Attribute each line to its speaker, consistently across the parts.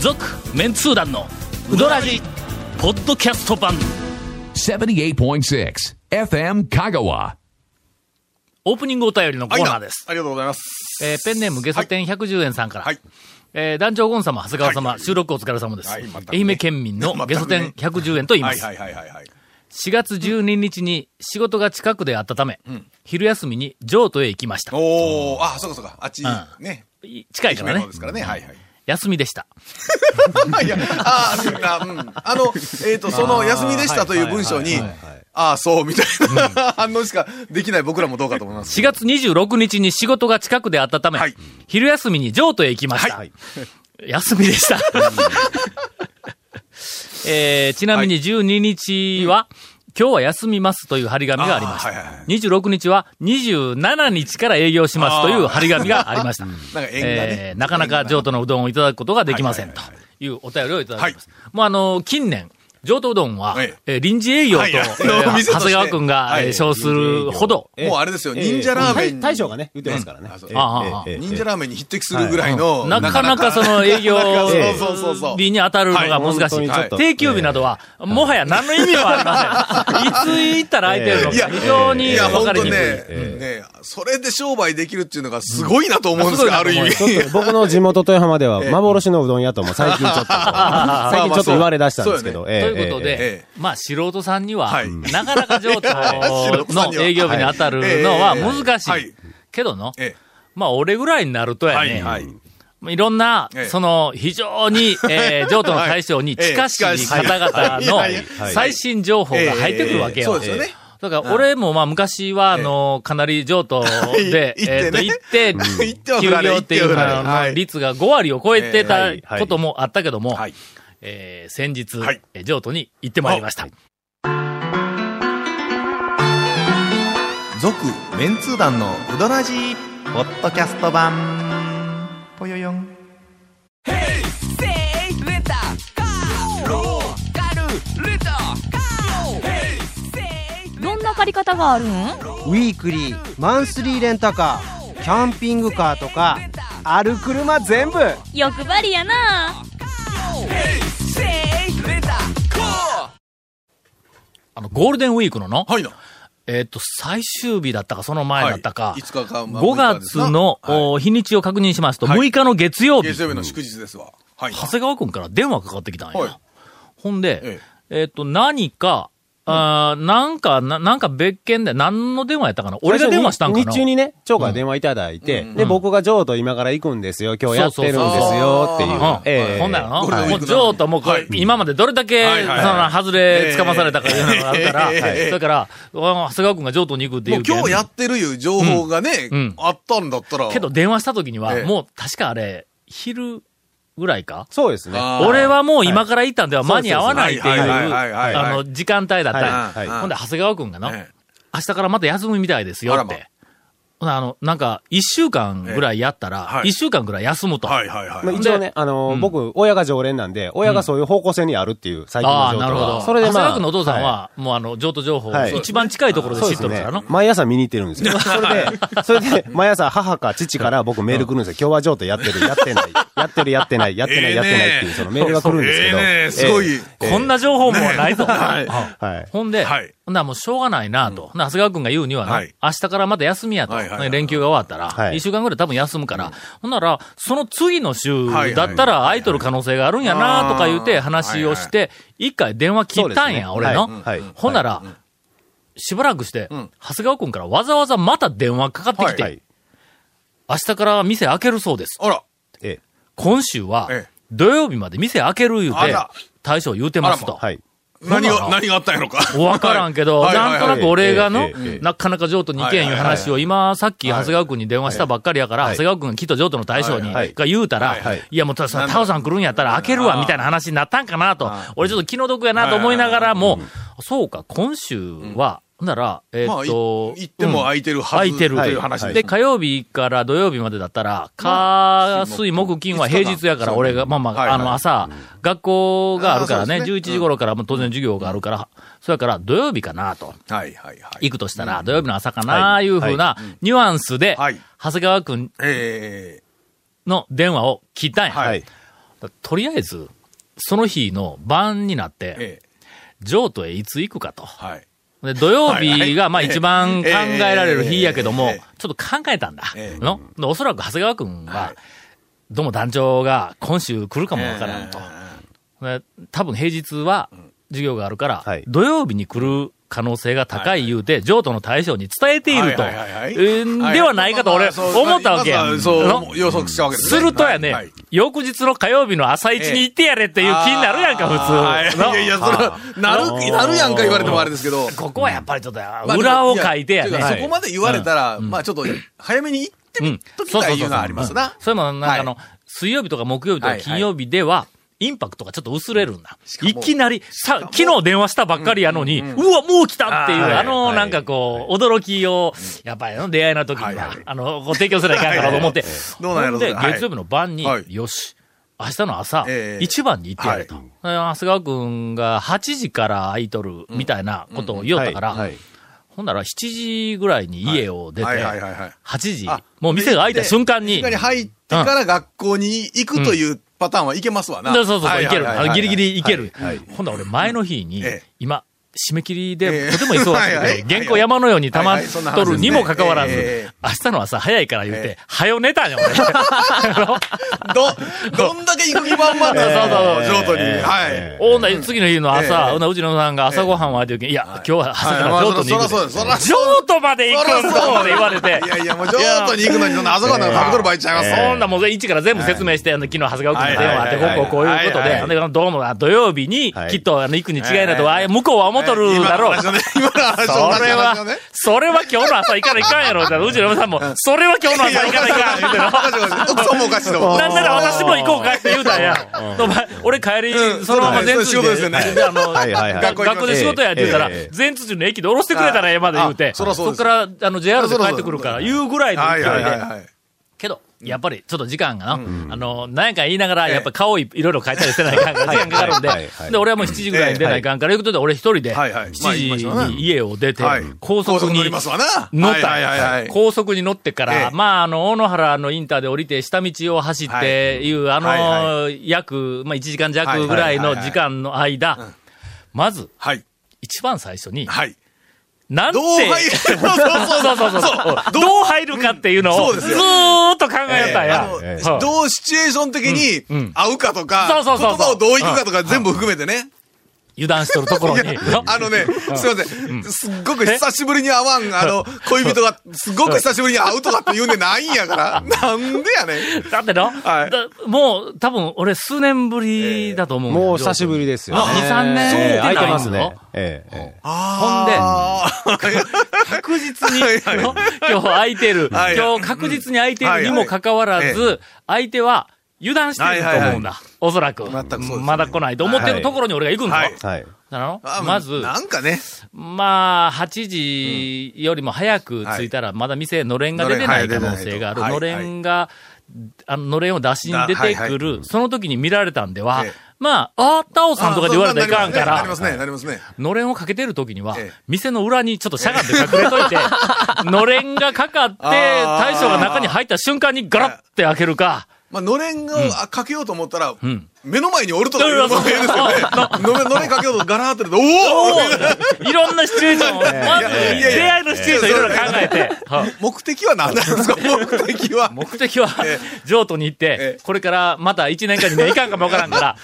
Speaker 1: 続メンツー団のウドラジポッドキャスト版
Speaker 2: 78.6 FM Kagawa.
Speaker 1: オープニングお便りのコーナーです、
Speaker 3: ありがとうございます。
Speaker 1: えーペンネームゲソ天110円さんから、
Speaker 3: はい。
Speaker 1: えー団長ゴン様長谷川様、
Speaker 3: はい
Speaker 1: 収録お疲れ様です、
Speaker 3: はいまたね
Speaker 1: 愛媛県民 のゲソ天110円と言いま
Speaker 3: は
Speaker 1: す、
Speaker 3: いはいはいはいはい。
Speaker 1: 4月12日に仕事が近くであったため、昼休みに譲渡へ行きました
Speaker 3: おー、あ、そうかそうか。あっち、
Speaker 1: う
Speaker 3: ね。
Speaker 1: い近いから
Speaker 3: 姫
Speaker 1: ね
Speaker 3: 野ですからね。はいはい。
Speaker 1: 休みでした
Speaker 3: あいや、 あー、そうか。うん。あの、えっと、その、休みでしたという文章に、あー、そう、みたいな反応しかできない僕らもどうかと思います。
Speaker 1: 4月26日に仕事が近くであったため、
Speaker 3: はい
Speaker 1: 昼休みに譲渡へ行きました。
Speaker 3: はい
Speaker 1: 休みでした。 えーちなみに12日は、今日は休みますという張り紙がありました。
Speaker 3: あーはいはいはい
Speaker 1: 26日は27日から営業しますという張り紙がありました。
Speaker 3: なんか縁が
Speaker 1: え
Speaker 3: ね。
Speaker 1: ーなかなか譲渡のうどんをいただくことができませんと
Speaker 3: はいは
Speaker 1: いうお便りをいただきます。もうあのー、近年、上等うどんは、
Speaker 3: はい
Speaker 1: えー臨時営業と、
Speaker 3: はいはい
Speaker 1: えー
Speaker 3: お店として
Speaker 1: 長谷川くんが、えー称するほど、
Speaker 3: もうあれですよ、忍者ラーメンに。
Speaker 4: 大将がね、売ってますからね
Speaker 3: あそう。
Speaker 4: ええ
Speaker 1: ああああ
Speaker 4: ええええ
Speaker 3: 忍者ラーメンに匹敵するぐらいの。
Speaker 1: なかなかその営業
Speaker 3: そうそうそうそう。
Speaker 1: 日に当たるのが難しい。
Speaker 3: はい本当にちょっ
Speaker 4: と
Speaker 1: 定休日などは、もはや何の意味もありま せん。いつ行ったら空いてるの
Speaker 3: いや
Speaker 1: か、非常に
Speaker 3: いや、
Speaker 1: 分
Speaker 3: 本
Speaker 1: かり
Speaker 3: 当
Speaker 1: に
Speaker 3: ね
Speaker 1: くい。、
Speaker 3: うんね、それで商売できるっていうのがすごいなと思うんです
Speaker 1: うん
Speaker 3: よ、ある意味。
Speaker 1: す
Speaker 4: ちょっと僕の地元豊浜では幻のうどん屋とも最近ち ょっとこう、最近ちょっと言われ出したんですけど、
Speaker 3: そ
Speaker 1: と
Speaker 4: ええ
Speaker 1: いうこと
Speaker 3: え
Speaker 1: で
Speaker 3: え、
Speaker 1: まあ素人さんには
Speaker 3: はい、
Speaker 1: なかなか上等
Speaker 3: 素人さ
Speaker 1: の
Speaker 3: ん には
Speaker 1: 営業日に当たるのは難し
Speaker 3: はいい。
Speaker 1: けどの、
Speaker 3: え
Speaker 1: まあ俺ぐらいになると
Speaker 3: え
Speaker 1: や
Speaker 3: はい、
Speaker 1: ね、
Speaker 3: はい。
Speaker 1: いろんな
Speaker 3: え、え
Speaker 1: その、非常に、 えー、譲渡の対象に近し
Speaker 3: はいいええ
Speaker 1: 方々
Speaker 3: はいはい
Speaker 1: の最新情報が入ってくるわけ
Speaker 3: そ
Speaker 1: よ
Speaker 3: うで。すよね。
Speaker 1: だから、俺もまあ、昔は、あの、かなり上等で、
Speaker 3: い
Speaker 1: えっと、行
Speaker 3: 行
Speaker 1: っ
Speaker 3: って 行って、は
Speaker 1: 休
Speaker 3: 振られ
Speaker 1: 業ってい
Speaker 3: 行って
Speaker 1: う
Speaker 3: は振られ
Speaker 1: あの
Speaker 3: はい
Speaker 1: 率が5割を超えて
Speaker 4: え
Speaker 1: た
Speaker 4: えはい
Speaker 1: こともあったけども
Speaker 3: はい、
Speaker 1: えー先日
Speaker 3: はい、
Speaker 1: えー上等に行ってまいりました。
Speaker 5: 続メンツー団のウドラジーポッドキャスト版ぽよよん
Speaker 6: どんな借り方があるん
Speaker 7: ウィークリーマンスリーレンタカーキャンピングカーとかある車全部
Speaker 6: 欲張りやな
Speaker 1: あの、ゴールデンウィークのの、
Speaker 3: はいの。
Speaker 1: えっと、最終日だったか、その前だったか
Speaker 3: はい、5日かまあ
Speaker 1: 5月の
Speaker 3: 6日ですなはい
Speaker 1: お日にちを確認しますと、
Speaker 3: はい
Speaker 1: 6日の月曜日、
Speaker 3: 月曜日の祝日ですわ。はい。
Speaker 1: 長谷川君から電話かかってきたんや。
Speaker 3: はい
Speaker 1: ほんで、え
Speaker 3: え
Speaker 1: っと、何か、あーなんか、ななんか別件で、何の電話やったかな俺が電話したんか
Speaker 4: 最初
Speaker 1: な
Speaker 4: に日中にね、長から電話いただいて、で、僕が上と今から行くんですよ、今日やってるんですよ、っていう
Speaker 1: うん。
Speaker 4: ええ
Speaker 1: ほんならな、
Speaker 3: ゴールデンウィ
Speaker 1: も
Speaker 3: ー
Speaker 1: う、
Speaker 3: ク
Speaker 1: ジョーともうこれ、
Speaker 3: はい
Speaker 1: 今までどれだけ、
Speaker 3: はいはいはい
Speaker 1: その、外れ、捕まされたかいうのがあるから、
Speaker 3: ええ
Speaker 1: はいだから、長谷川君がジョーとに行くってい
Speaker 3: も
Speaker 1: う
Speaker 3: う
Speaker 1: けん。
Speaker 3: 今日やってるいう情報がね、
Speaker 1: うんうん
Speaker 3: あったんだったら。
Speaker 1: けど、電話した時には、
Speaker 3: ええ
Speaker 1: もう、確かあれ、昼ぐらいか
Speaker 4: そうですね。
Speaker 3: あー、
Speaker 1: 俺はもう今から行ったんでは間に合わないっていう、
Speaker 3: はいはいはいはいはい
Speaker 1: あの、時間帯だったり、
Speaker 3: はいはい
Speaker 1: ほんで、長谷川くんがな、
Speaker 3: え
Speaker 1: 明日からまた休みみたいですよ
Speaker 3: あら
Speaker 1: っ
Speaker 3: ま
Speaker 1: て。ほなあの、なんか、一週間ぐらいやったら、
Speaker 3: は
Speaker 1: 一、
Speaker 3: い
Speaker 1: 週間ぐらい休むと。
Speaker 3: はいはいはい
Speaker 4: まあ、
Speaker 3: はい。
Speaker 4: 一応ね、あのー僕、親が常連なんで、親がそういう方向性にあるっていう、最近
Speaker 1: あ
Speaker 4: の
Speaker 1: あ、
Speaker 4: 状
Speaker 1: なるほ
Speaker 4: 況
Speaker 1: ど。
Speaker 4: が。それで
Speaker 1: 長谷
Speaker 4: ま
Speaker 1: 川
Speaker 4: あ、
Speaker 1: くんのお父さん
Speaker 4: い
Speaker 1: は、もうあの、譲渡情報を
Speaker 4: はい
Speaker 1: 一番近いところで
Speaker 4: そ
Speaker 1: 知
Speaker 4: うで
Speaker 1: っ
Speaker 4: す
Speaker 1: とるからの。
Speaker 4: ね、毎朝見に行ってるんですよ。それで、それで、毎朝母か父から僕メール来るんですよ。今日は譲渡やってる、やってない、やってる、やってない、やってない、やってないっていう、そのメールが来るんですけど。
Speaker 3: ええねすごい。
Speaker 1: こんな情報もないぞ。
Speaker 3: はい
Speaker 1: あ
Speaker 4: はい。
Speaker 1: ほんで、
Speaker 3: はい
Speaker 1: ほんならもうしょうがないなと。な長谷川くんが言うにはな、
Speaker 3: はい
Speaker 1: 明日からまた休みやと。
Speaker 3: はいはいはい
Speaker 1: 連休が終わったら、一、
Speaker 4: はい
Speaker 1: 週間ぐらい多分休むから。ほんなら、その次の週
Speaker 3: はい
Speaker 1: だったら空いとる可能性があるんやなとか言うて話をして、一回電話切ったんや、
Speaker 4: そうで
Speaker 1: 俺
Speaker 4: すね
Speaker 1: の。
Speaker 4: はいはい
Speaker 1: ほんなら、しばらくして、
Speaker 3: ん
Speaker 1: 長谷川くんからわざわざまた電話かかってきて、
Speaker 4: はい。
Speaker 1: 明日から店開けるそうです。
Speaker 3: あら、
Speaker 4: ええ
Speaker 1: 今週は
Speaker 3: ええ、
Speaker 1: 土曜日まで店開ける言う
Speaker 3: あ
Speaker 1: て
Speaker 3: ら、
Speaker 1: 大将言うてますと。
Speaker 4: はい。
Speaker 3: 何
Speaker 1: ほんなら
Speaker 3: が、何があったんやろか。
Speaker 1: わからんけど、
Speaker 3: はいはい
Speaker 1: なん
Speaker 3: はい
Speaker 1: となく俺がの
Speaker 4: ええええええ、
Speaker 1: なかなか譲渡に行けんいう話を今、さっき長谷川君に電話したばっかりやから、長
Speaker 4: い
Speaker 1: 谷川君がきっと譲渡の対象に、
Speaker 4: はい
Speaker 1: が言うたら
Speaker 3: はいはい、
Speaker 1: いやもうただ、タオさん来るんやったら開けるわ、みたいな話になったんかなと、俺ちょっと気の毒やなと思いながらも、そうか、今週は、ほんなら、え
Speaker 3: ま
Speaker 1: ー
Speaker 3: あ、
Speaker 1: っ
Speaker 3: い
Speaker 1: と
Speaker 3: 行、っても
Speaker 1: うん
Speaker 3: 空いてるはず。
Speaker 1: 空いてる
Speaker 3: と
Speaker 1: と
Speaker 3: い
Speaker 1: いうう
Speaker 3: 話
Speaker 1: 話
Speaker 3: で
Speaker 1: で、
Speaker 3: す
Speaker 1: 火曜日から土曜日までだったら、火、水、木、金は平日やから、俺が、まあま
Speaker 3: はい
Speaker 1: あ、
Speaker 3: はい
Speaker 1: あの、朝、学校があるからね、
Speaker 3: あーそう
Speaker 1: 11
Speaker 3: ですね
Speaker 1: 時頃からもう当然授業があるから、それから土曜日かなと、
Speaker 3: はいはいはい。
Speaker 1: 行くとしたら、土曜日の朝かな、いうふうなニュアンスで
Speaker 3: はい、
Speaker 1: 長谷川くん
Speaker 3: ええ
Speaker 1: の電話を聞いたんや。
Speaker 3: はい
Speaker 1: だとりあえず、その日の晩になって、
Speaker 3: ええ。
Speaker 1: 譲渡へいつ行くかと。
Speaker 3: はい。
Speaker 1: で土曜日
Speaker 3: はいは
Speaker 1: が、
Speaker 3: い
Speaker 1: まあ
Speaker 3: ええ
Speaker 1: 一番考えられる日やけども
Speaker 3: ええ、
Speaker 1: ちょっと考えたんだ
Speaker 3: え。え
Speaker 1: のでおそらく長谷川くん
Speaker 3: は
Speaker 1: は、どうも団長が今週来るかもわからんと。で多分平日は授業があるから
Speaker 4: はい、
Speaker 1: 土曜日に来る可能性が高い言うて、譲渡の対象に伝えていると。
Speaker 3: はいはいはいはい
Speaker 1: えーではないかと俺、思ったわけや
Speaker 3: まあまあ。そう
Speaker 1: の
Speaker 3: そう、予測したわけです
Speaker 1: す
Speaker 3: ね
Speaker 1: るとやね、
Speaker 3: はいはい
Speaker 1: 翌日の火曜日の朝一に行ってやれっていう気になるやんか、
Speaker 3: あ
Speaker 1: 普
Speaker 3: ー
Speaker 1: 通の。
Speaker 3: いやいや、それは、なる、なるやんか言われてもあれですけど。
Speaker 1: ここはやっぱりちょっと、
Speaker 3: まあ
Speaker 1: 裏を書いてや
Speaker 3: いや
Speaker 1: ね。
Speaker 3: そこまで言われたら、まあちょっと、早めに行って
Speaker 1: うん
Speaker 3: みときたいいうのはあります
Speaker 1: うん
Speaker 3: な。
Speaker 1: それも、なんかあの、水曜日とか木曜日とか
Speaker 3: はいはい
Speaker 1: 金曜日では、インパクトがちょっと薄れるんだ。
Speaker 3: かも
Speaker 1: いきなり、さ、昨日電話したばっかりやのに、うわ、もう来たっていう、
Speaker 4: あー
Speaker 1: あの、
Speaker 4: はい
Speaker 1: なんかこう、驚きを、やっぱりあの出会いの時に
Speaker 3: はいは、
Speaker 1: はいあの、ご提供せないかんからと 思って、
Speaker 3: どうなんやろ
Speaker 1: ほで、
Speaker 3: はい
Speaker 1: 月曜日の晩に
Speaker 3: は、い
Speaker 1: よし、明日の朝
Speaker 3: え、え
Speaker 1: 一番に行ってやれと。
Speaker 3: は
Speaker 1: で長谷川くんが8時から空いとるみたいなことを言おったから、
Speaker 4: はいはい
Speaker 1: ほんなら7時ぐらいに家を出て、
Speaker 3: はいはいはいはい。
Speaker 1: 8時
Speaker 3: あ、
Speaker 1: もう店が開いた瞬間に、
Speaker 3: いきなり入ってから学校に行くというパターンはいけますわな。
Speaker 1: そうそうそう、
Speaker 3: はいは
Speaker 1: け
Speaker 3: は
Speaker 1: る。
Speaker 3: は
Speaker 1: あのギリギリいける。
Speaker 4: はいはい
Speaker 1: ほんだら俺前の日に
Speaker 3: ええ、
Speaker 1: 今、締め切り
Speaker 3: え
Speaker 1: で、
Speaker 3: え
Speaker 1: とても忙しいけど
Speaker 3: はいはい、
Speaker 1: 原稿山のように溜ま
Speaker 3: はい
Speaker 1: っ
Speaker 3: はいそんな
Speaker 1: と
Speaker 3: 話です
Speaker 1: る
Speaker 3: ね
Speaker 1: にもかかわら
Speaker 3: ええ
Speaker 1: ず
Speaker 3: ええ、
Speaker 1: 明日の朝早いから言う
Speaker 3: え
Speaker 1: て、早よ寝たんよ、俺。
Speaker 3: ど、どんだけ行く気満 々なんですか、譲渡に。はい。
Speaker 1: おんなら次の日の
Speaker 3: え
Speaker 1: 朝、
Speaker 3: え
Speaker 1: ほんならうちのさんが朝ごはんはあいてるけん、いや、今日は朝か
Speaker 3: はい
Speaker 1: ら
Speaker 3: まあ
Speaker 1: 譲渡に行く
Speaker 3: そらそう
Speaker 1: で。
Speaker 3: ですそら
Speaker 1: 譲渡まで行くん
Speaker 3: そらそう
Speaker 1: そうって言われて。
Speaker 3: いやいや、もう譲渡に行くのに、そんな朝ごはんなんか食べとる場合ちゃいます
Speaker 1: そん
Speaker 3: な。
Speaker 1: なもう一から全部説明して、あの、昨日、長谷川君の電話あって、
Speaker 4: はいはいはい
Speaker 1: こうこうこういうこと
Speaker 3: はいはい
Speaker 1: で、
Speaker 3: は
Speaker 1: ほんで、どうも、あ土曜日に
Speaker 4: は、い
Speaker 1: きっと、あの、行くに違いないと、
Speaker 3: はい
Speaker 1: あ向こうは思っとるだろう。
Speaker 3: 今
Speaker 1: そ
Speaker 3: の話をね今の話を同じ
Speaker 1: れ
Speaker 3: 話をね
Speaker 1: は。、それは今日の朝行かないかんやろ、ってうちの嫁さんも、それは今日の
Speaker 3: いや
Speaker 1: 朝行かないかんって言うて
Speaker 3: おかしいおかしい奥さんもおかしいと思う
Speaker 1: なんなら私も行こうかって言うたんや。お前、俺帰り
Speaker 3: う、ん
Speaker 1: そのまま全通
Speaker 3: そうだねそうです仕事ですよね
Speaker 1: であの、
Speaker 4: はいはいはい
Speaker 1: 学校で仕事やって言ったら
Speaker 4: ええええ、
Speaker 1: 全通の駅で降ろしてくれたらええまで言うて
Speaker 3: あ、そら
Speaker 1: そ
Speaker 3: そうで
Speaker 1: こ
Speaker 3: す
Speaker 1: から、あの、JR で帰ってくるから、言うぐらいの
Speaker 3: はいは
Speaker 1: 勢
Speaker 3: い
Speaker 1: い
Speaker 3: はい
Speaker 1: で、
Speaker 3: はい。
Speaker 1: けど、やっぱりちょっと時間がな、あの、なんやかん言いながら、やっぱ顔いいろいろ変えたりしてないかんから、時間かかるん
Speaker 4: はいはいは
Speaker 1: で、
Speaker 4: い
Speaker 1: で、俺はもう7時ぐらいに出ないかんから、いうことで、俺一人で、
Speaker 3: はいはい
Speaker 1: 7
Speaker 3: まあ言いました
Speaker 1: 時
Speaker 3: ね
Speaker 1: に家を出て
Speaker 3: はい、
Speaker 1: 高速に
Speaker 3: 乗りますわな。
Speaker 1: 乗っ
Speaker 3: はいはいは
Speaker 1: た
Speaker 3: い。。
Speaker 1: 高速に乗ってか
Speaker 3: え
Speaker 1: ら、
Speaker 3: え
Speaker 1: まあ、あの、大野原のインターで降りて、下道を走っていう、あ
Speaker 3: は
Speaker 1: の、約、まあ、1時間弱ぐらいの時間の間、まず、
Speaker 3: はい。
Speaker 1: 一番最初に、
Speaker 3: はい。
Speaker 1: なんて
Speaker 3: どう、入るそうそうそうそう。
Speaker 1: そうどう入るかっていうのを、
Speaker 3: うんそう
Speaker 1: ず
Speaker 3: ですよ
Speaker 1: ーっと考えたんや。
Speaker 3: ええ
Speaker 1: は
Speaker 3: あ
Speaker 1: い
Speaker 3: のどうシチュエーション的
Speaker 1: うんうん
Speaker 3: に合うかとか、
Speaker 1: そうそうそうそう
Speaker 3: 言葉をどういくかとか全部含めてね。
Speaker 1: 油断しとるところに。 の
Speaker 3: あのね、すいません。すっごく久しぶりに会わん、あの、恋人が、すっごく久しぶりに会うとかって言うんでないんやから。なんでやねん。
Speaker 1: だっての、
Speaker 3: はい
Speaker 1: だもう、多分俺数年ぶりだと思う、
Speaker 4: もう久しぶり
Speaker 1: で。
Speaker 4: ですよ
Speaker 1: あ、2、
Speaker 4: ね。
Speaker 1: 3年。
Speaker 4: ええ空いてます
Speaker 1: ないの
Speaker 4: ね。ええええ
Speaker 1: ほんで、確実に、の 今日空いてる、
Speaker 3: はい
Speaker 1: 今日確実に空いてるにもかかわらず、
Speaker 3: はい
Speaker 1: 相手は油断してると思うんだ。おそらく。
Speaker 3: 全くそうですね
Speaker 1: まだ来ないと思ってるところに俺が行くんだ。
Speaker 3: はい
Speaker 4: はい。
Speaker 1: なの
Speaker 3: あ
Speaker 1: まず、
Speaker 3: なんかね。
Speaker 1: まあ、8時よりも早く着いたら、まだ店、のれんが出てない可能性がある。の
Speaker 3: の
Speaker 1: れ
Speaker 3: れんはい出てないと
Speaker 1: んが、あののれんを出しに出てく
Speaker 3: な
Speaker 1: る、その時に見られたんでは
Speaker 3: ええ、
Speaker 1: まあ、あタオさんとかで言われたらいかんか
Speaker 3: なりま
Speaker 1: ら、
Speaker 3: すね、なりますね。
Speaker 1: のれんをかけてる時には
Speaker 3: ええ、
Speaker 1: 店の裏にちょっとしゃがんで隠れと いて、のれんがかかって、
Speaker 3: あー
Speaker 1: 大将が中に入った瞬間にガラッて開ける か、
Speaker 3: まあ、のれんをあかけようと思ったら、
Speaker 1: ん
Speaker 3: 目の前におるとかいうのもええですよね。 のれんのれんかけようとガラーってると、お
Speaker 1: お
Speaker 3: お
Speaker 1: ーいろんなシチュエーションを、まず
Speaker 3: いやいやいや
Speaker 1: 出会いのシチュエーションいろいろ考えて、はい
Speaker 3: 目的は何なん ですか目的は。
Speaker 1: 目的は
Speaker 3: え、
Speaker 1: 譲渡に行って
Speaker 3: え、
Speaker 1: これからまた1年間にね、いかんかもわからん から、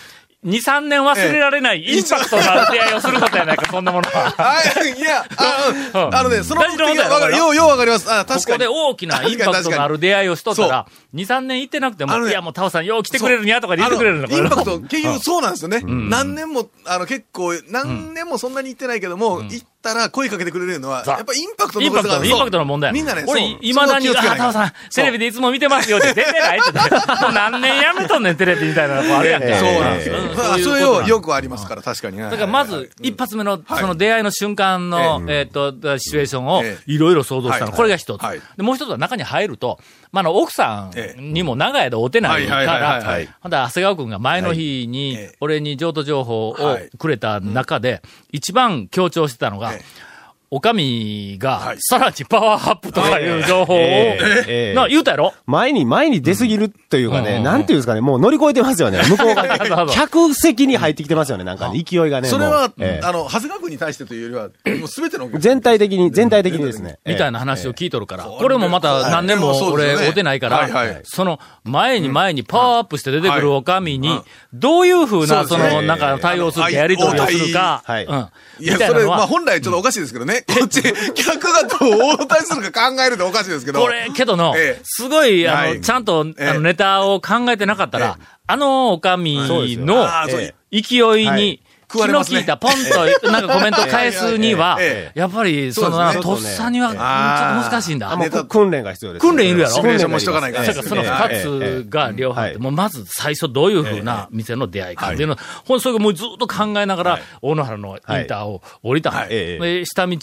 Speaker 1: 2、3年忘れられないインパクトのある出会いをすることや ないか、そんなものは。
Speaker 3: はい、いや、あうん
Speaker 1: うん
Speaker 3: あのね、その目的
Speaker 1: 大事なことや
Speaker 3: は
Speaker 1: ろ
Speaker 3: わかる。よう、ようわかります。あ、
Speaker 1: こ
Speaker 3: 確か
Speaker 1: こ
Speaker 3: に
Speaker 1: で。大きなインパクトのある出会いをしとったら、2、3年行ってなくて
Speaker 3: あ
Speaker 1: も、
Speaker 3: の
Speaker 1: い
Speaker 3: ね
Speaker 1: やもうタオさんよう来てくれるにゃとかで言ってくれるんだ
Speaker 3: そうインパク
Speaker 1: か
Speaker 3: ト、結局そうなんですよね。何年も、あの、結構、何年もそんなに行ってないけども、行ったら声かけてくれるのは、
Speaker 1: そう
Speaker 3: やっぱインパクト
Speaker 1: インパクトの、インパクトの問題。
Speaker 3: みんなね、
Speaker 1: 俺
Speaker 3: そう、
Speaker 1: いまだに、
Speaker 3: そこを気をつけ
Speaker 1: あ、
Speaker 3: ない
Speaker 1: タオさん、
Speaker 3: そう
Speaker 1: テレビでいつも見てますよって、出てないって言って、もう何年やめとんねん、テレビみたいなのもあるやんか。
Speaker 4: ええ
Speaker 3: そうなんです
Speaker 1: う
Speaker 3: よ。
Speaker 1: ん
Speaker 3: まあ
Speaker 1: そ
Speaker 3: そ
Speaker 1: いうことなんです
Speaker 3: うれをよくありますから、確かに。だ
Speaker 1: だからまず、一発目の、
Speaker 3: はい
Speaker 1: その出会いの瞬間の、えっ、と、シチュエーションを
Speaker 3: え、え
Speaker 1: いろいろ想像したの。
Speaker 3: はい
Speaker 1: これが一つ、
Speaker 3: はい
Speaker 1: で、もう一つは中に入ると、まあ、あの、奥さ
Speaker 3: ええ
Speaker 1: んにも長い間会うてないか
Speaker 3: はいはいはいはい
Speaker 1: ら
Speaker 3: はい、
Speaker 1: ほんだら長谷川くんが前の日に
Speaker 3: はいええ、
Speaker 1: 俺に譲渡情報を
Speaker 3: はい
Speaker 1: くれた中で、一番強調してたのが、
Speaker 3: ええ
Speaker 1: おかみが
Speaker 3: い、
Speaker 1: さらにパワーアップとかいう情報を、
Speaker 4: ええええ
Speaker 1: な、言うたやろ
Speaker 4: 前に前に出すぎるというか
Speaker 1: うんうんう
Speaker 4: ね、
Speaker 1: ん
Speaker 4: なんていうんですかね、もう乗り越えてますよね。向こう
Speaker 1: なるほ
Speaker 4: が。
Speaker 1: ど
Speaker 4: 客席に入ってきてますよね、なんかね勢いがね。
Speaker 3: それ
Speaker 4: も
Speaker 3: は
Speaker 4: う、ええ
Speaker 3: あの、長谷川君に対してというよ りは、もう全てのお客さん
Speaker 4: 全体的に、全体的にですね。
Speaker 1: みたい
Speaker 4: な。
Speaker 1: な話を聞いとるから。
Speaker 3: ええ
Speaker 1: これもまた何年も
Speaker 3: こ
Speaker 1: 俺
Speaker 3: れもそうですよね
Speaker 1: 会うてないか
Speaker 3: はいは
Speaker 1: ら
Speaker 3: い、
Speaker 1: その前に前にパワーアップして出てく
Speaker 3: う
Speaker 1: る
Speaker 3: ん
Speaker 1: おかみ
Speaker 3: は
Speaker 1: に
Speaker 3: い、
Speaker 1: どういうふうな、
Speaker 3: そ
Speaker 1: そう
Speaker 3: です
Speaker 1: の、
Speaker 3: ね
Speaker 1: なんか対応するか、
Speaker 3: はい
Speaker 1: やりとりをするか、う
Speaker 4: はい
Speaker 1: ん。
Speaker 3: い
Speaker 1: み
Speaker 3: や、
Speaker 1: たい
Speaker 3: そ
Speaker 1: な
Speaker 3: れ、
Speaker 1: の
Speaker 3: まあ
Speaker 1: は、
Speaker 3: 本来ちょっとおかしいですけどね。こっち、客がどう応対するか考えるとおかしいですけど。
Speaker 1: これ、けどの
Speaker 3: ええ、
Speaker 1: すごい、あ
Speaker 3: は
Speaker 1: の、
Speaker 3: い
Speaker 1: ちゃんと、
Speaker 3: ええ
Speaker 1: あの、ネタを考えてなかったら、あのおかみ
Speaker 4: そうですよ
Speaker 1: の
Speaker 3: ああそう
Speaker 1: ええ勢い
Speaker 4: は
Speaker 1: に
Speaker 4: い、
Speaker 1: 気
Speaker 3: 食われ
Speaker 1: の
Speaker 3: ます
Speaker 1: 利
Speaker 3: ね
Speaker 1: いたポンと、なんかコメント返すには
Speaker 3: え、
Speaker 1: やっぱり、その、
Speaker 3: そうですね
Speaker 1: とっさには、ちょっと難しいんだ
Speaker 4: あ。もう
Speaker 3: ネタ
Speaker 4: 訓練が必要です。
Speaker 1: 訓練いるやろ
Speaker 3: シ
Speaker 4: 訓
Speaker 3: ミュレーシ
Speaker 4: 練が
Speaker 3: ョンもしとかないか
Speaker 1: だか
Speaker 3: ら
Speaker 1: ら
Speaker 3: ね
Speaker 1: その
Speaker 4: ええ
Speaker 1: 2つが両方あっ
Speaker 4: え
Speaker 1: て、
Speaker 4: え
Speaker 1: もうまず最初どういうふうな店の出会いかっていうのを、ほんそれがもうずっと考えながら、大野原のインターを降りたの
Speaker 3: はい
Speaker 4: ええ
Speaker 1: で下道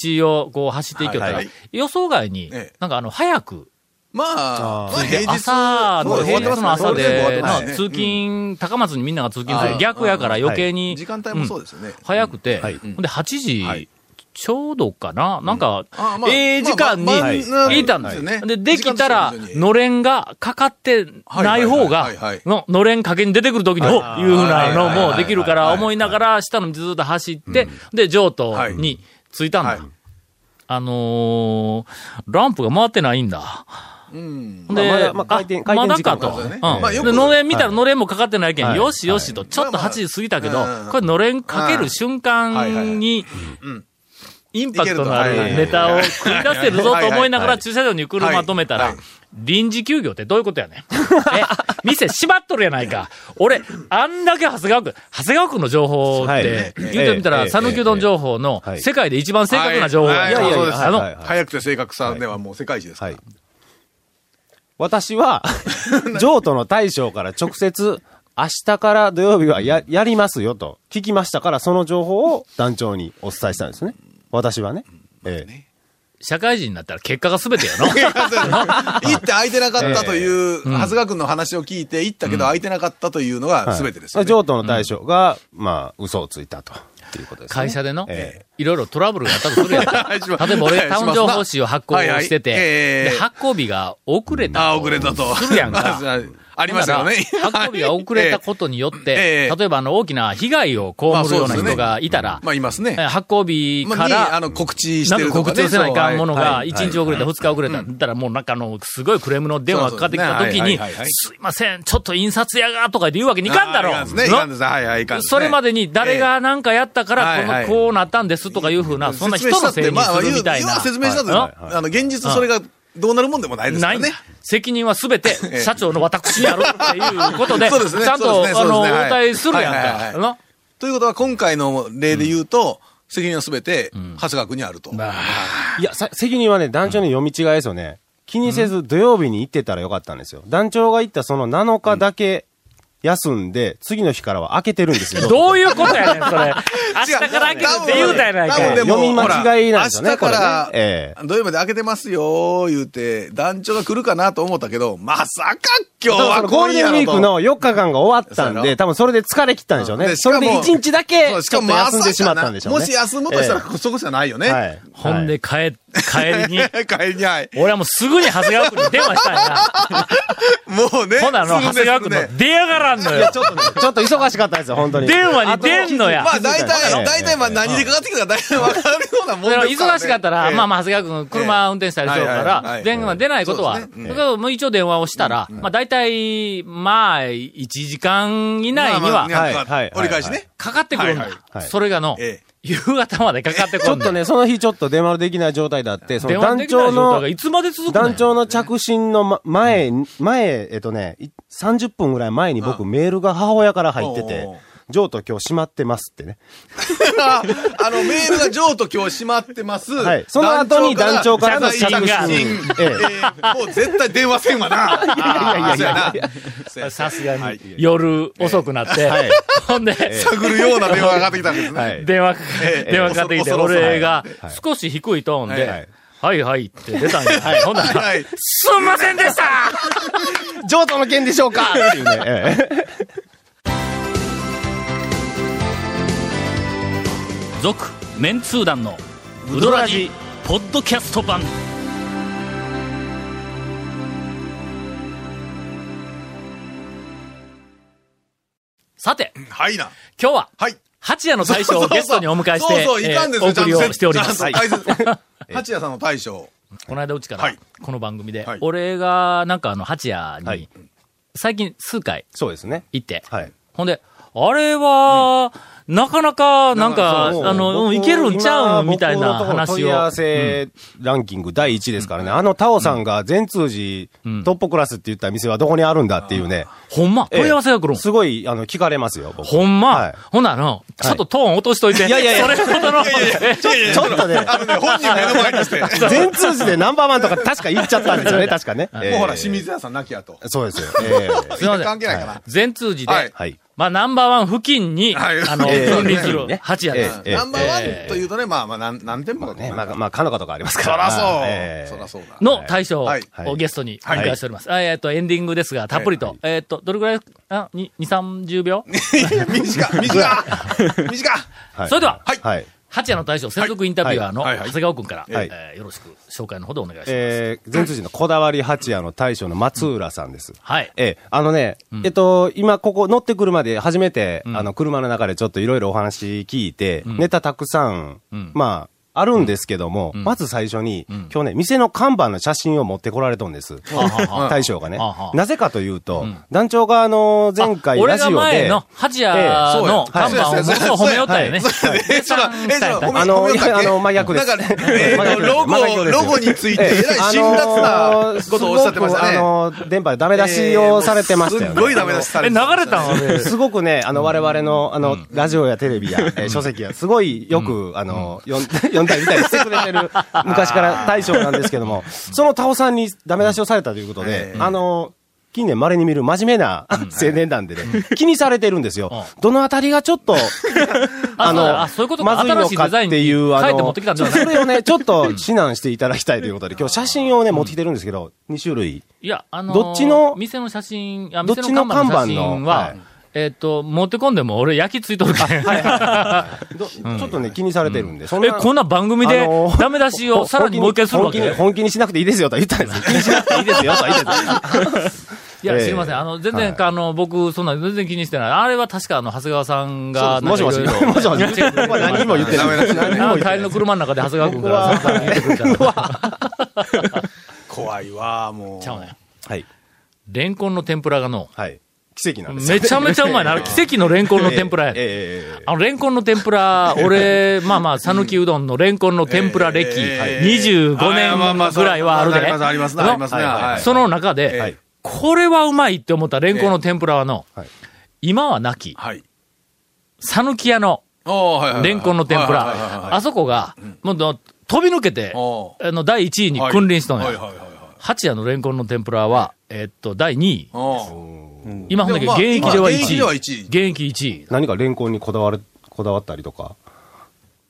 Speaker 1: をこう走っていきよったら
Speaker 3: はい、
Speaker 1: 予想外に
Speaker 3: ええ、
Speaker 1: なんかあの、早く、
Speaker 3: まあ、
Speaker 4: あー
Speaker 3: まあ平日
Speaker 1: 朝
Speaker 3: そ
Speaker 1: の、
Speaker 3: う終わ
Speaker 1: 平
Speaker 3: ってます
Speaker 1: 日の朝
Speaker 3: ねゴールデンも終
Speaker 1: で、な
Speaker 3: わってますね
Speaker 1: 通勤、高松にみんなが通勤す
Speaker 3: は
Speaker 1: る。
Speaker 3: い
Speaker 1: 逆やから余計
Speaker 3: うん
Speaker 1: に
Speaker 3: 時間帯もそうですよね。
Speaker 1: 早くて、
Speaker 4: はい
Speaker 1: ほんで8
Speaker 3: はい
Speaker 1: 時、ちょうどかな、なんか
Speaker 3: あ、まあ
Speaker 1: ええ時間に
Speaker 3: まあまあ
Speaker 1: 行ったんで
Speaker 3: は
Speaker 1: す
Speaker 3: い
Speaker 1: よ
Speaker 3: は
Speaker 1: ね
Speaker 3: い。
Speaker 1: で、できたら
Speaker 3: 時間ですよ、ね
Speaker 1: のれんがかかってない方が
Speaker 3: はいはいはいはい、
Speaker 1: ののれんかけに出てくる時に、おいうふうなのもできるか
Speaker 3: はいはいはい
Speaker 1: ら
Speaker 3: はい
Speaker 1: 思いながら、下のずっと走って、で、上都に着いたん
Speaker 3: はい
Speaker 1: だ。あのー、ランプが回ってないんだ。
Speaker 3: うん。
Speaker 1: で、
Speaker 4: まあまだまあ回転回
Speaker 1: ま
Speaker 4: 転
Speaker 1: だ
Speaker 4: 時
Speaker 1: か
Speaker 4: 間
Speaker 1: と。
Speaker 3: そう
Speaker 1: う
Speaker 3: で
Speaker 1: ん
Speaker 3: すねまあよく
Speaker 1: で、のれん見たらのれんもかかってないけん、
Speaker 4: はい
Speaker 1: よしよしと、ちょっと
Speaker 3: まあま
Speaker 1: 8
Speaker 3: あ
Speaker 1: 時過ぎたけど
Speaker 3: うん、
Speaker 1: これのれんかける瞬間に
Speaker 3: うん、
Speaker 1: インパクトのあるネタを繰り出してるぞと思いながら駐車場に車止めた
Speaker 3: はい
Speaker 1: ら
Speaker 3: はい、
Speaker 1: 臨時休業ってどういうことやねん。 え、店閉まっとるやないか。俺、あんだけ長谷川君、長谷川君の情報っ
Speaker 4: はい
Speaker 1: て、言ってみた
Speaker 4: えええ
Speaker 1: ら、
Speaker 4: え
Speaker 1: 讃岐うどん情報の
Speaker 4: はい
Speaker 1: 世界で一番正確な情報や
Speaker 3: はいはい
Speaker 4: はいそうです
Speaker 1: あ
Speaker 4: はいはい
Speaker 1: の、
Speaker 3: 早くて正確さではもう世界一ですか
Speaker 4: は
Speaker 3: ら
Speaker 4: い。。私は、譲渡の大将から直接、明日から土曜日はや、やりますよと聞きましたから、その情報を団長にお伝えしたんですね。私はね。ええ。
Speaker 1: 社会人になったら結果が全てや の。
Speaker 3: 行って空いてなかったという、長谷川君の話を聞いて、行ったけど空いてなかったというのが全てですよね。
Speaker 4: 譲渡の大将が、まあ、嘘をついたと。っていうことですね。
Speaker 1: 会社での
Speaker 4: ええ、
Speaker 1: いろいろトラブルがあったとするやん
Speaker 3: はいします
Speaker 1: 例えば俺がタウン情報誌を発行
Speaker 3: はいはい
Speaker 1: してて、
Speaker 3: ええ
Speaker 1: で発行日が遅れた。
Speaker 3: ああ、遅れたと。
Speaker 1: するやんか。
Speaker 3: ありましたよね。
Speaker 1: だ から発行日が遅れたことによって、
Speaker 3: ええ
Speaker 1: 例えばあの大きな被害を被るような人がいたら、
Speaker 3: まあ、います
Speaker 1: え
Speaker 3: ね。
Speaker 1: 発行日
Speaker 3: まあ、
Speaker 1: か
Speaker 3: にあ
Speaker 1: ら、
Speaker 3: の、告知し
Speaker 1: な
Speaker 3: て
Speaker 1: ん
Speaker 3: る
Speaker 1: か
Speaker 3: と
Speaker 1: 告
Speaker 3: かね
Speaker 1: 知せないかんもの
Speaker 3: そうは
Speaker 1: が、
Speaker 3: い
Speaker 1: 1日遅れた、2日遅れた、だったらもうなんかあの、すごいクレームの電話がかかってきた時に
Speaker 3: そうですねはいはいは、い
Speaker 1: すいません、ちょっと印刷やが、とか言うわけにいかんだろ
Speaker 3: あーいかんですね。いかんです。はいはい、いかんですね。
Speaker 1: それまでに誰がなんかやったか
Speaker 3: え
Speaker 1: ら、
Speaker 3: えは
Speaker 1: この
Speaker 3: い
Speaker 1: こうなったんですとかいうふうな、そんな人のせいにするみたいな。
Speaker 3: 説明したって、まあ、
Speaker 1: は
Speaker 3: 要はあの、現実それがどうなるもんでもない
Speaker 1: い
Speaker 3: ですか
Speaker 1: な
Speaker 3: ら
Speaker 1: いんだ
Speaker 3: ね。
Speaker 1: 責任はすべ て社長の私にあるっていうことで、
Speaker 3: そうですね
Speaker 1: ちゃん
Speaker 3: そう
Speaker 1: と、
Speaker 3: ですね
Speaker 1: あの、
Speaker 3: そ
Speaker 1: 応
Speaker 3: うですねはい
Speaker 1: 対するやん
Speaker 3: はいはいは
Speaker 1: か
Speaker 3: い。
Speaker 1: の
Speaker 3: ということは、今回の例で言うと、責任は全て、長谷川君にあると。
Speaker 1: まあ
Speaker 4: いや、さ責任はね、団長の読み違いですよね。気にせず土曜日に行ってたらよかったんですよ。団長が行ったその7日だけ休んで、次の日からは開けてるんですよ。
Speaker 1: どういうことやねん、そ れ。明日から開けるって言うたやない
Speaker 3: 多分
Speaker 1: か
Speaker 3: で
Speaker 1: い。
Speaker 3: も
Speaker 4: 読み間違いなんですよね
Speaker 3: ほら明日から、
Speaker 4: これねえ
Speaker 3: 土曜日で開けてますよ、言うて、団長が来るかなと思ったけど、まさか今
Speaker 4: 多
Speaker 3: 日
Speaker 4: 分そ
Speaker 3: は
Speaker 4: のゴールデンウィークの4日間が終わった
Speaker 3: そ
Speaker 4: ん
Speaker 3: うや
Speaker 4: で、
Speaker 3: ろ
Speaker 4: 多分それで疲れ切ったんでしょうね。
Speaker 3: でし
Speaker 4: そ
Speaker 3: か
Speaker 4: れ
Speaker 3: も
Speaker 4: で1日だけ、
Speaker 3: そう
Speaker 4: ちょっと
Speaker 3: まさか
Speaker 4: 休んでしまったんでしょうね。
Speaker 3: もし休むとしたら、
Speaker 4: え
Speaker 3: そこじゃないよ
Speaker 4: え
Speaker 3: ね。
Speaker 4: はい。
Speaker 1: ほんで、帰、帰りに、
Speaker 3: 帰りにはい。
Speaker 1: 俺はもうすぐに長谷川君に電話したん やな。
Speaker 3: もうね。
Speaker 1: ほな、あの、長谷
Speaker 3: すぐです
Speaker 1: 川君
Speaker 3: ね
Speaker 1: の出やがらんの
Speaker 4: はい。いや、
Speaker 1: よ。
Speaker 4: ちょっとね、ちょっと忙しかったんですよ、本当に。
Speaker 1: 電話に出んのや
Speaker 3: まあ、大体、
Speaker 4: ええ
Speaker 3: 大体、まあ、何でかかってきたか大体わかるようなもん
Speaker 1: それは
Speaker 3: ですらね
Speaker 1: 忙しかったら、まあまあ、長谷川君、車運転したりするか
Speaker 3: はいはいは
Speaker 1: ら、
Speaker 3: い
Speaker 1: 電話が出ないことは、
Speaker 3: そうですね
Speaker 1: だからもう一応電話をしたら、まあ大体、まあ、1時間以内に
Speaker 3: まあま
Speaker 1: は、
Speaker 3: あ
Speaker 4: はいはいはい
Speaker 3: 折り返しね。
Speaker 1: かかってくるん
Speaker 3: はい
Speaker 1: だ。
Speaker 4: はい
Speaker 1: それがの
Speaker 3: ええ、
Speaker 1: 夕方までかかってく
Speaker 4: ちょ
Speaker 1: る
Speaker 4: っ
Speaker 1: ん
Speaker 4: と
Speaker 1: だ。
Speaker 4: ね、その日ちょっと電話できない状態だって、そ
Speaker 1: 電
Speaker 4: の
Speaker 1: 話
Speaker 4: 団
Speaker 1: できな
Speaker 4: 長
Speaker 1: い状態
Speaker 4: の
Speaker 1: が、いつまで続くの
Speaker 4: 団長の着信の、ま、前、前、えっとね、い30分ぐらい前に僕、メールが母親から入ってて
Speaker 3: おうおう、
Speaker 4: ジョーと今日閉まってますってね。
Speaker 3: あの、メールが上と今日閉まってます。
Speaker 4: はいその後に団長から
Speaker 1: の
Speaker 3: 謝罪
Speaker 1: 謝罪
Speaker 4: ええ
Speaker 3: もう絶対電話せんわな。いやいやいや。そうやな
Speaker 1: さすが
Speaker 3: は
Speaker 1: に
Speaker 3: い、
Speaker 1: 夜遅くなって
Speaker 4: はい、
Speaker 1: ほんで、
Speaker 3: 探るような電話がかかってきたんですね。
Speaker 4: はい。
Speaker 1: 電話かか、
Speaker 3: え
Speaker 1: 電話かかってきて、
Speaker 3: 恐ろ恐ろ
Speaker 1: 俺が
Speaker 4: はい
Speaker 1: 少し低いトーン
Speaker 3: は
Speaker 1: で
Speaker 4: い、
Speaker 1: はいはいって出たんや。ほんなら、
Speaker 3: はい。
Speaker 1: すんませんでした
Speaker 4: 譲渡の件でしょうかっていうね。 ええ
Speaker 1: 続メンツー団のウドラジポッドキャスト版さて
Speaker 3: はいな。
Speaker 1: 今日は
Speaker 3: はい。
Speaker 1: 八夜の大将をゲストにお迎えし
Speaker 3: そう
Speaker 1: て
Speaker 3: そう、いかん
Speaker 1: え
Speaker 3: です
Speaker 1: ーお送りをしております
Speaker 3: ちゃんとちゃんと 大切八谷さんの大将。
Speaker 1: この間うちから、
Speaker 3: はい
Speaker 1: この番組で、
Speaker 3: はい
Speaker 1: 俺がなんかあの八谷に、
Speaker 4: はい
Speaker 1: 最近数回
Speaker 4: そうですね。
Speaker 1: 行って、
Speaker 4: はい。
Speaker 1: ほんで、あれは、なかなか、なんか、
Speaker 4: そう
Speaker 1: あの、うん
Speaker 4: 僕
Speaker 1: いけるんちゃうんみたいな
Speaker 4: 今僕のところ
Speaker 1: 話
Speaker 4: 問い合
Speaker 1: を
Speaker 4: わ。せランキング第1ですからね。あのタオさんが全通寺
Speaker 1: うん
Speaker 4: トップクラスって言った店はどこにあるんだっていうね。
Speaker 1: ほんま
Speaker 4: ええ
Speaker 1: 問い合わせが来るん
Speaker 4: すごい、あの、聞かれますよ、僕
Speaker 1: ほん
Speaker 4: は
Speaker 1: ま
Speaker 4: い
Speaker 1: ほんならの、ちょっとトーン落としといて。
Speaker 4: いやいやいや
Speaker 1: それほどの。
Speaker 3: ちょ
Speaker 4: ちょっとね、
Speaker 3: あのね、本人目の前にし て。
Speaker 4: 全通寺でナンバーワンとか確か言っちゃったんですよね、確かね。も
Speaker 3: もうほら、清。水屋さん亡きやと。
Speaker 4: そ うですよ。ええ
Speaker 1: すいません
Speaker 3: 関係ないかな。
Speaker 1: 全通じで、
Speaker 3: はい
Speaker 4: はい。
Speaker 1: まあ、ナンバーワン付近に、
Speaker 3: はい
Speaker 1: あの、
Speaker 3: ええ
Speaker 1: 分離する
Speaker 4: ね
Speaker 1: 八谷です。
Speaker 4: ええ
Speaker 3: ナンバーワンというとね、まあまあ、なん何店舗か
Speaker 4: ね、
Speaker 3: ね。
Speaker 4: まあ、まあ、かのかとかあります
Speaker 3: そ
Speaker 4: から。
Speaker 3: らそう。
Speaker 4: ええ
Speaker 3: そらそうだ。
Speaker 1: の大将
Speaker 3: はい
Speaker 1: をゲストにお
Speaker 3: はい
Speaker 1: 迎えしております。あえっと、エンディングですが、たっぷりと。えっと、どれくらい、あ、に2、30秒
Speaker 3: 短い、短い、 短い。
Speaker 4: はい
Speaker 1: それでは
Speaker 4: はい。はい
Speaker 1: 八谷の大将専属インタビュアーの
Speaker 3: はい
Speaker 1: 長
Speaker 3: はいはいはい
Speaker 1: 谷川君から、
Speaker 4: はい
Speaker 1: えーよろしく紹介のほどお願いします。
Speaker 4: えー、全通寺のこだわり八夜の大将の松浦さんです。
Speaker 1: はい。
Speaker 4: ええ、あのね、えっと、今ここ乗ってくるまで初めて、
Speaker 1: ん
Speaker 4: あの、車の中でちょっといろいろお話聞いて、
Speaker 1: ん
Speaker 4: ネタたくさん、
Speaker 1: うん
Speaker 4: まあ、あるんですけども、
Speaker 1: ん
Speaker 4: まず最初に、
Speaker 1: ん
Speaker 4: 今日ね、店の看板の写真を持ってこられたんです。
Speaker 1: はあはあはあ
Speaker 4: 大将がね
Speaker 1: はあは。あ
Speaker 4: なぜかというと、
Speaker 1: ん
Speaker 4: 団長があの、前
Speaker 1: あ
Speaker 4: 回
Speaker 1: 俺
Speaker 4: ラジ
Speaker 1: が
Speaker 4: オで、
Speaker 1: 前の八谷の
Speaker 4: ええ
Speaker 1: 看板をものすごい褒めよったよね。
Speaker 3: え、 そら、 え、そら、
Speaker 4: あの、いやあの、真逆です。
Speaker 3: なんか、え
Speaker 4: 真
Speaker 3: ー
Speaker 4: 逆です
Speaker 3: ロ
Speaker 4: 真逆
Speaker 3: ゴ、
Speaker 4: です
Speaker 3: ロゴについて、えらい辛
Speaker 4: あ
Speaker 3: 辣
Speaker 4: の
Speaker 3: な
Speaker 4: ー
Speaker 3: ことをおっしゃってました
Speaker 4: すごく
Speaker 3: ね。
Speaker 4: あのー、電波でダメ出しをされてましたよ
Speaker 3: すっごい
Speaker 4: ね。
Speaker 3: ダメ出しさ
Speaker 1: え、
Speaker 3: れ
Speaker 1: 流
Speaker 3: て
Speaker 1: れたん俺。
Speaker 4: すごくね、あの、我々の、あの、ラジオやテレビや、えー書籍や、すごいよく、あの、読ん読んだり見たりしてくれてる、昔から大将なんですけども、そのタオさんにダメ出しをされたということで
Speaker 3: う、ん
Speaker 4: あの、近年稀に見る真面目な青年団でね、気にされてるんですよ。どのあたりがちょっ と、
Speaker 1: あそうだあそういうことか
Speaker 4: まずいのかっ
Speaker 1: 新し
Speaker 4: ていう、
Speaker 1: いデザインに
Speaker 4: あ
Speaker 1: 変えて持ってきたん
Speaker 4: の、
Speaker 1: じ
Speaker 4: ち
Speaker 1: ゃ
Speaker 4: ょ
Speaker 1: ない
Speaker 4: それをね、ちょっと指南していただきたいということで、今日写真をね、持ってきてるんですけど、2種類。
Speaker 1: いや、あのー
Speaker 4: どっちの
Speaker 1: 店の写真、あ
Speaker 4: どっ
Speaker 1: 店
Speaker 4: ち
Speaker 1: の
Speaker 4: の
Speaker 1: 看板
Speaker 4: 看
Speaker 1: の
Speaker 4: 板の
Speaker 1: 写真は、
Speaker 4: はい
Speaker 1: えっと、持ってこんでも俺焼きついとるから。
Speaker 4: どちょっとね、気にされてるんで、そ ん
Speaker 1: え、こんな番組で
Speaker 4: あのー
Speaker 1: ダメ出しをさらにもう一回するわけ
Speaker 4: 本気に本気にしなくていいですよとは言ったんですよ。気にしなくていいですよとは言 ったんですよ
Speaker 1: いや、
Speaker 4: ええ
Speaker 1: 知りません。あの、全然、
Speaker 4: は
Speaker 1: あの、僕、そんな、全然気にしてない。あれは確か、あの、長谷川さんが、
Speaker 4: そうですもしもし もしもし僕は何も言ってない
Speaker 1: い。あの帰りの車の中で長谷川君から、さん言ってくれたら、
Speaker 3: 怖いわ、も う。
Speaker 1: ちゃうね。
Speaker 4: はい。
Speaker 1: レンコンの天ぷらがの、
Speaker 4: はい。奇跡なんですよ
Speaker 1: めちゃめちゃうまいな。あれ奇跡のレンコンの天ぷらや
Speaker 4: ええ
Speaker 1: で。
Speaker 4: ええええ
Speaker 1: あの、レンコンの天ぷら、俺、まあまあ、讃岐うどんのレンコンの天ぷら歴、
Speaker 3: ええ
Speaker 1: 25
Speaker 3: あまあまあ
Speaker 1: 年
Speaker 3: そう
Speaker 1: ぐらいはあるで。
Speaker 3: ありますありますね
Speaker 1: の
Speaker 3: ありますねはい
Speaker 1: その中で、
Speaker 4: はい
Speaker 1: これはうまいって思ったレンコンの天ぷらはの、
Speaker 4: はい
Speaker 1: 今はなき、
Speaker 3: はい。
Speaker 1: 讃岐屋の
Speaker 3: おーはいはいはい
Speaker 1: レンコンの天ぷ
Speaker 3: はいはいはいはい
Speaker 1: ら、あそこが、もうど飛び抜けて、
Speaker 3: お
Speaker 1: あの、第1位に君臨したの
Speaker 3: はい
Speaker 1: よ。
Speaker 3: はいはいはい
Speaker 1: 八谷のレンコンの天ぷらは、えっと、第2位。
Speaker 3: おー
Speaker 1: 今ほんだけ
Speaker 3: でもまあ
Speaker 1: 現役では1位。
Speaker 3: 現役では一位
Speaker 1: 現役1位。
Speaker 4: 何かレンコンにこだわる、こだわったりとか。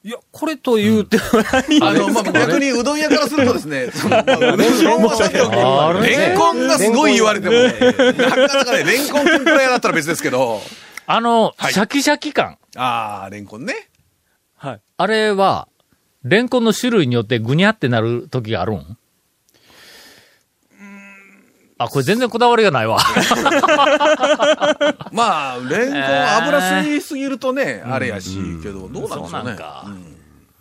Speaker 8: いや、これと言うてもないん
Speaker 3: あ
Speaker 8: で
Speaker 3: の、まあ、逆にうどん屋からするとです ね、そのまあうどんはさておき
Speaker 1: あれ
Speaker 3: レンコンがすごい言われても、なかなかね、レンコン天ぷら屋だったら別ですけど、
Speaker 1: あの、
Speaker 3: はい
Speaker 1: シャキシャキ感。
Speaker 3: あー、レンコンね。
Speaker 1: あれは、レンコンの種類によってぐにゃってなる時があるんあ、これ全然こだわりがないわ。
Speaker 3: まあ、レンコン油吸いすぎるとね、あれやし、けど、どうなんでし
Speaker 1: そ
Speaker 3: ょ
Speaker 1: う
Speaker 3: う
Speaker 1: なん
Speaker 3: ね。
Speaker 1: か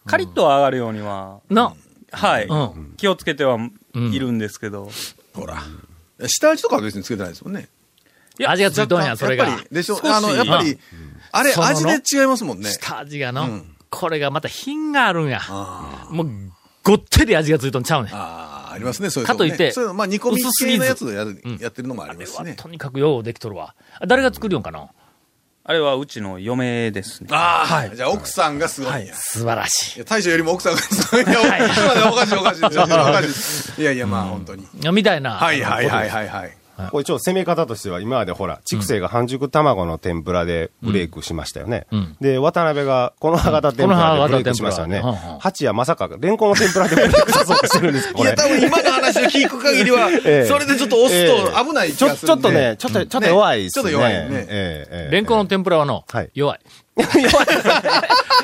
Speaker 8: カリッとは上がるようには、
Speaker 1: な、
Speaker 8: はい、
Speaker 1: うん
Speaker 8: 気をつけてはいるんですけど、
Speaker 3: ほら。下味とかは別につけてないですもんね。
Speaker 1: 味がついとんや、それが。
Speaker 3: やっぱり、でしょ
Speaker 8: 少し
Speaker 3: あの、やっぱり、あれ、
Speaker 1: その
Speaker 3: 味で違いますもんね。
Speaker 1: 下味がの、
Speaker 3: うん
Speaker 1: これがまた品があるんや。
Speaker 3: あ
Speaker 1: もう、ごってり味がついとんちゃうねん。あ
Speaker 3: あー、ありますね、そういうとこ
Speaker 1: かと
Speaker 3: ね
Speaker 1: いって
Speaker 3: そういうのまあ、煮込み
Speaker 1: 薄すぎ
Speaker 3: 系
Speaker 1: ず
Speaker 3: のやつをやる
Speaker 1: うん
Speaker 3: やってるのもありま
Speaker 1: れ
Speaker 3: すし
Speaker 1: は
Speaker 3: ね。
Speaker 1: とにかくようできとるわ。あ誰が作るんかな
Speaker 8: あれはうちの嫁ですね。
Speaker 3: ああ、じゃあ奥さんがすごいんや。い
Speaker 1: 素晴らし
Speaker 3: や大将よりも奥さんがすごいんや。お
Speaker 1: はい
Speaker 3: かしいおかしいおかしいおかしい。いやいや、まあ本当 に。
Speaker 1: い。みたいな。
Speaker 3: はいはいはいはいはい。
Speaker 4: これ一応攻め方としては、今までほら、畜生が半熟卵の天ぷらでブレイクしましたよね。
Speaker 1: うん
Speaker 4: で、渡辺がこの歯型天ぷらでブレイクしましたよね
Speaker 1: この歯型天ぷらうんうん。
Speaker 4: 八谷まさか、レンコンの天ぷらでブレイクさそうとしてるんです、
Speaker 3: い
Speaker 4: これ
Speaker 3: や、。多分今の話を聞く限りは、
Speaker 4: ええ
Speaker 3: それでちょっと押すと危ない気
Speaker 4: ちょ、
Speaker 3: がす
Speaker 4: ちょ
Speaker 3: る
Speaker 4: っ
Speaker 3: んで。
Speaker 4: とね、ちょっと、ちょっと弱いですね。
Speaker 3: ちょっと弱いね
Speaker 4: ええええ
Speaker 1: レンコンの天ぷらはの、
Speaker 4: はい
Speaker 1: 弱い。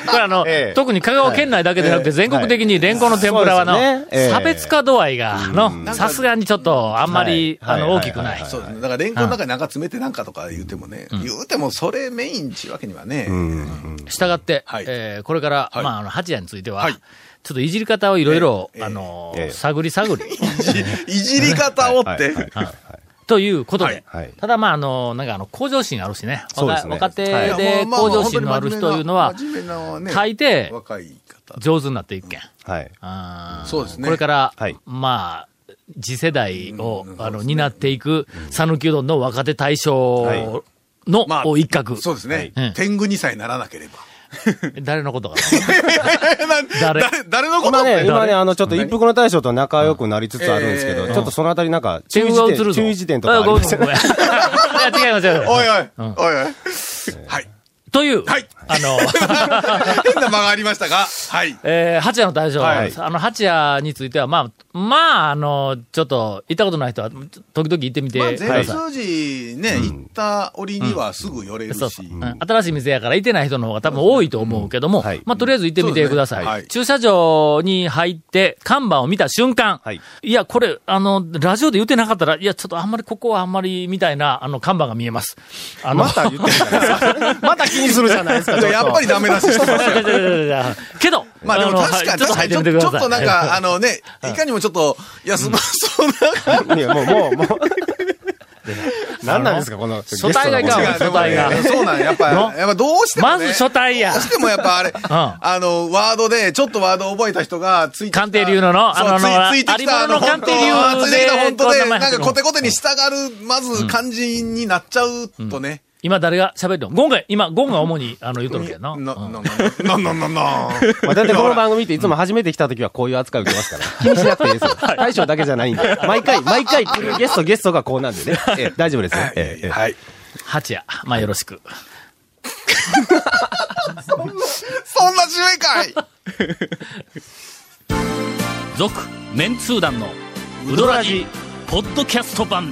Speaker 1: これあの、
Speaker 4: ええ
Speaker 1: 特に香川県内だけでなくて、
Speaker 4: ええ
Speaker 1: 全国的にレンコンの天ぷらはの、
Speaker 4: そうですねええ
Speaker 1: 差別化度合いが、の、
Speaker 3: ん
Speaker 1: さすがにちょっと、あんまり、
Speaker 4: は
Speaker 1: あ
Speaker 4: いは
Speaker 1: の、
Speaker 4: い
Speaker 1: 大きくない。
Speaker 3: そうですね。だから、レンコンの中になんか詰めてなんかとか言うてもね、言うてもそれメインちゅうわけにはね、
Speaker 1: したがって、
Speaker 3: はい
Speaker 1: えーこれから、
Speaker 3: はい
Speaker 1: まあ、あの、八夜については、
Speaker 3: はい
Speaker 1: ちょっといじり方をいろいろ、
Speaker 3: ええ
Speaker 1: あの、
Speaker 4: ええ
Speaker 1: 探り 探り、
Speaker 3: いじり方をっ
Speaker 4: はい
Speaker 3: て
Speaker 4: は。いはい
Speaker 1: ということで、
Speaker 4: はい
Speaker 1: ただまあ、あの、なんかあの、向上心あるしね、
Speaker 4: そうですね
Speaker 1: 若手
Speaker 4: はい
Speaker 1: で向上心のある人というのは、
Speaker 3: 真面目なね
Speaker 1: 大抵、
Speaker 3: 若い方。
Speaker 1: 上手になっていくけん。
Speaker 4: はい。
Speaker 1: あー
Speaker 3: そうですね
Speaker 1: これから、
Speaker 4: はい
Speaker 1: まあ、次世代を、
Speaker 3: うん
Speaker 1: あ
Speaker 3: そうで
Speaker 1: の、
Speaker 3: すね
Speaker 1: 担っていく、讃岐うどんの若手大将の、
Speaker 3: まあ
Speaker 1: お一角。
Speaker 3: そうですね
Speaker 1: はい。
Speaker 3: 天狗にさえならなければ。
Speaker 1: 誰のことか。誰
Speaker 3: 誰誰のこと
Speaker 4: 今
Speaker 3: って
Speaker 4: ね、今
Speaker 1: 誰
Speaker 4: ね、あの、ちょっと一服の大将と仲良くなりつつあるんですけ
Speaker 3: え
Speaker 4: ど、
Speaker 3: え
Speaker 4: ちょっとそのあたりなんか、
Speaker 1: 天
Speaker 4: 注意
Speaker 1: 狗が
Speaker 4: 事
Speaker 1: 映るぞ。
Speaker 4: 点、注意事点とかありました
Speaker 1: あごめんごめん いや違います、違います。
Speaker 3: おいおい、
Speaker 1: うん
Speaker 3: おいおい。はい。
Speaker 1: という、
Speaker 3: はい
Speaker 1: あの、
Speaker 3: 変な間がありましたが、はい。
Speaker 1: えー、八夜の大将、
Speaker 4: はい
Speaker 1: あの、八夜については、まあ、まあ、あの、ちょっと、行ったことない人は、時々行ってみて
Speaker 3: まあ、
Speaker 1: くだ
Speaker 3: 前
Speaker 1: さ
Speaker 3: 数字ね、行った折にはすぐ寄れ
Speaker 1: い。
Speaker 3: る
Speaker 1: そう
Speaker 3: し
Speaker 1: そう、。うん新しい店やから行ってない人の方が多分多いと思うけども、
Speaker 4: はい
Speaker 1: まあ、とりあえず行ってみてください。
Speaker 3: そうですねはい
Speaker 1: 駐車場に入って、看板を見た瞬間、
Speaker 4: はいい、
Speaker 1: や、これ、あの、ラジオで言ってなかったら、いや、ちょっとあんまり、ここはあんまり、みたいな、あの、看板が見えます。あの、
Speaker 4: ま た言ってるじゃないです か。また気にするじゃないですか。
Speaker 3: じゃあやっぱ
Speaker 4: り。
Speaker 3: りダメ出ししてますよ。
Speaker 1: けど、
Speaker 3: まあでも
Speaker 1: の
Speaker 3: 確か
Speaker 1: はい
Speaker 3: に、確かにち
Speaker 1: ちょ
Speaker 3: ょ
Speaker 1: っと入ってみてく
Speaker 3: ち
Speaker 1: だ
Speaker 3: ょっ
Speaker 1: さい
Speaker 3: となんか、あのね、いかにもちょっと休まそうな。
Speaker 4: いや、もう、もう、もう。 何なんですか、この、
Speaker 1: 初対がいかん
Speaker 4: ゲ
Speaker 1: わ
Speaker 4: ストの
Speaker 1: 初対が
Speaker 3: 違うでもねそうなんやっぱ、
Speaker 1: の
Speaker 3: やっぱどうしても
Speaker 1: ま
Speaker 3: ね。
Speaker 1: ず初対や
Speaker 3: どう。してもやっぱあれ、あの、ワードで、ちょっとワード覚えた人が、ついてきた
Speaker 1: 鑑定流のの
Speaker 3: そう
Speaker 1: あの
Speaker 3: つい
Speaker 1: あの
Speaker 3: ついてきた、
Speaker 1: ありものの
Speaker 3: あの
Speaker 1: 鑑定流
Speaker 3: 本当ついてきた本当
Speaker 1: でこ
Speaker 3: で、
Speaker 1: んな
Speaker 3: な
Speaker 1: 前
Speaker 3: ん
Speaker 1: 入って
Speaker 3: か
Speaker 1: る
Speaker 3: コテコテに従る、まず肝心になっちゃうとね。
Speaker 1: 今誰が喋るのゴンが、今、ゴンが主に、あの、言うとるけどな。
Speaker 3: な、な、
Speaker 1: うん
Speaker 3: な、な、な、 な、な。
Speaker 4: まあ、だってこの番組っていつも初めて来た時はこういう扱い受けますから、気にしなくていいですよ。大将だけじゃないん で。毎回、毎回来るゲスト、ゲストがこうなんでね。ええ大丈夫ですよ。ええええ
Speaker 3: はい。
Speaker 1: 八夜。まあ、よろしく。
Speaker 3: そんな締めかい
Speaker 1: 続、メンツー団の、ウドラジ、ポッドキャスト版。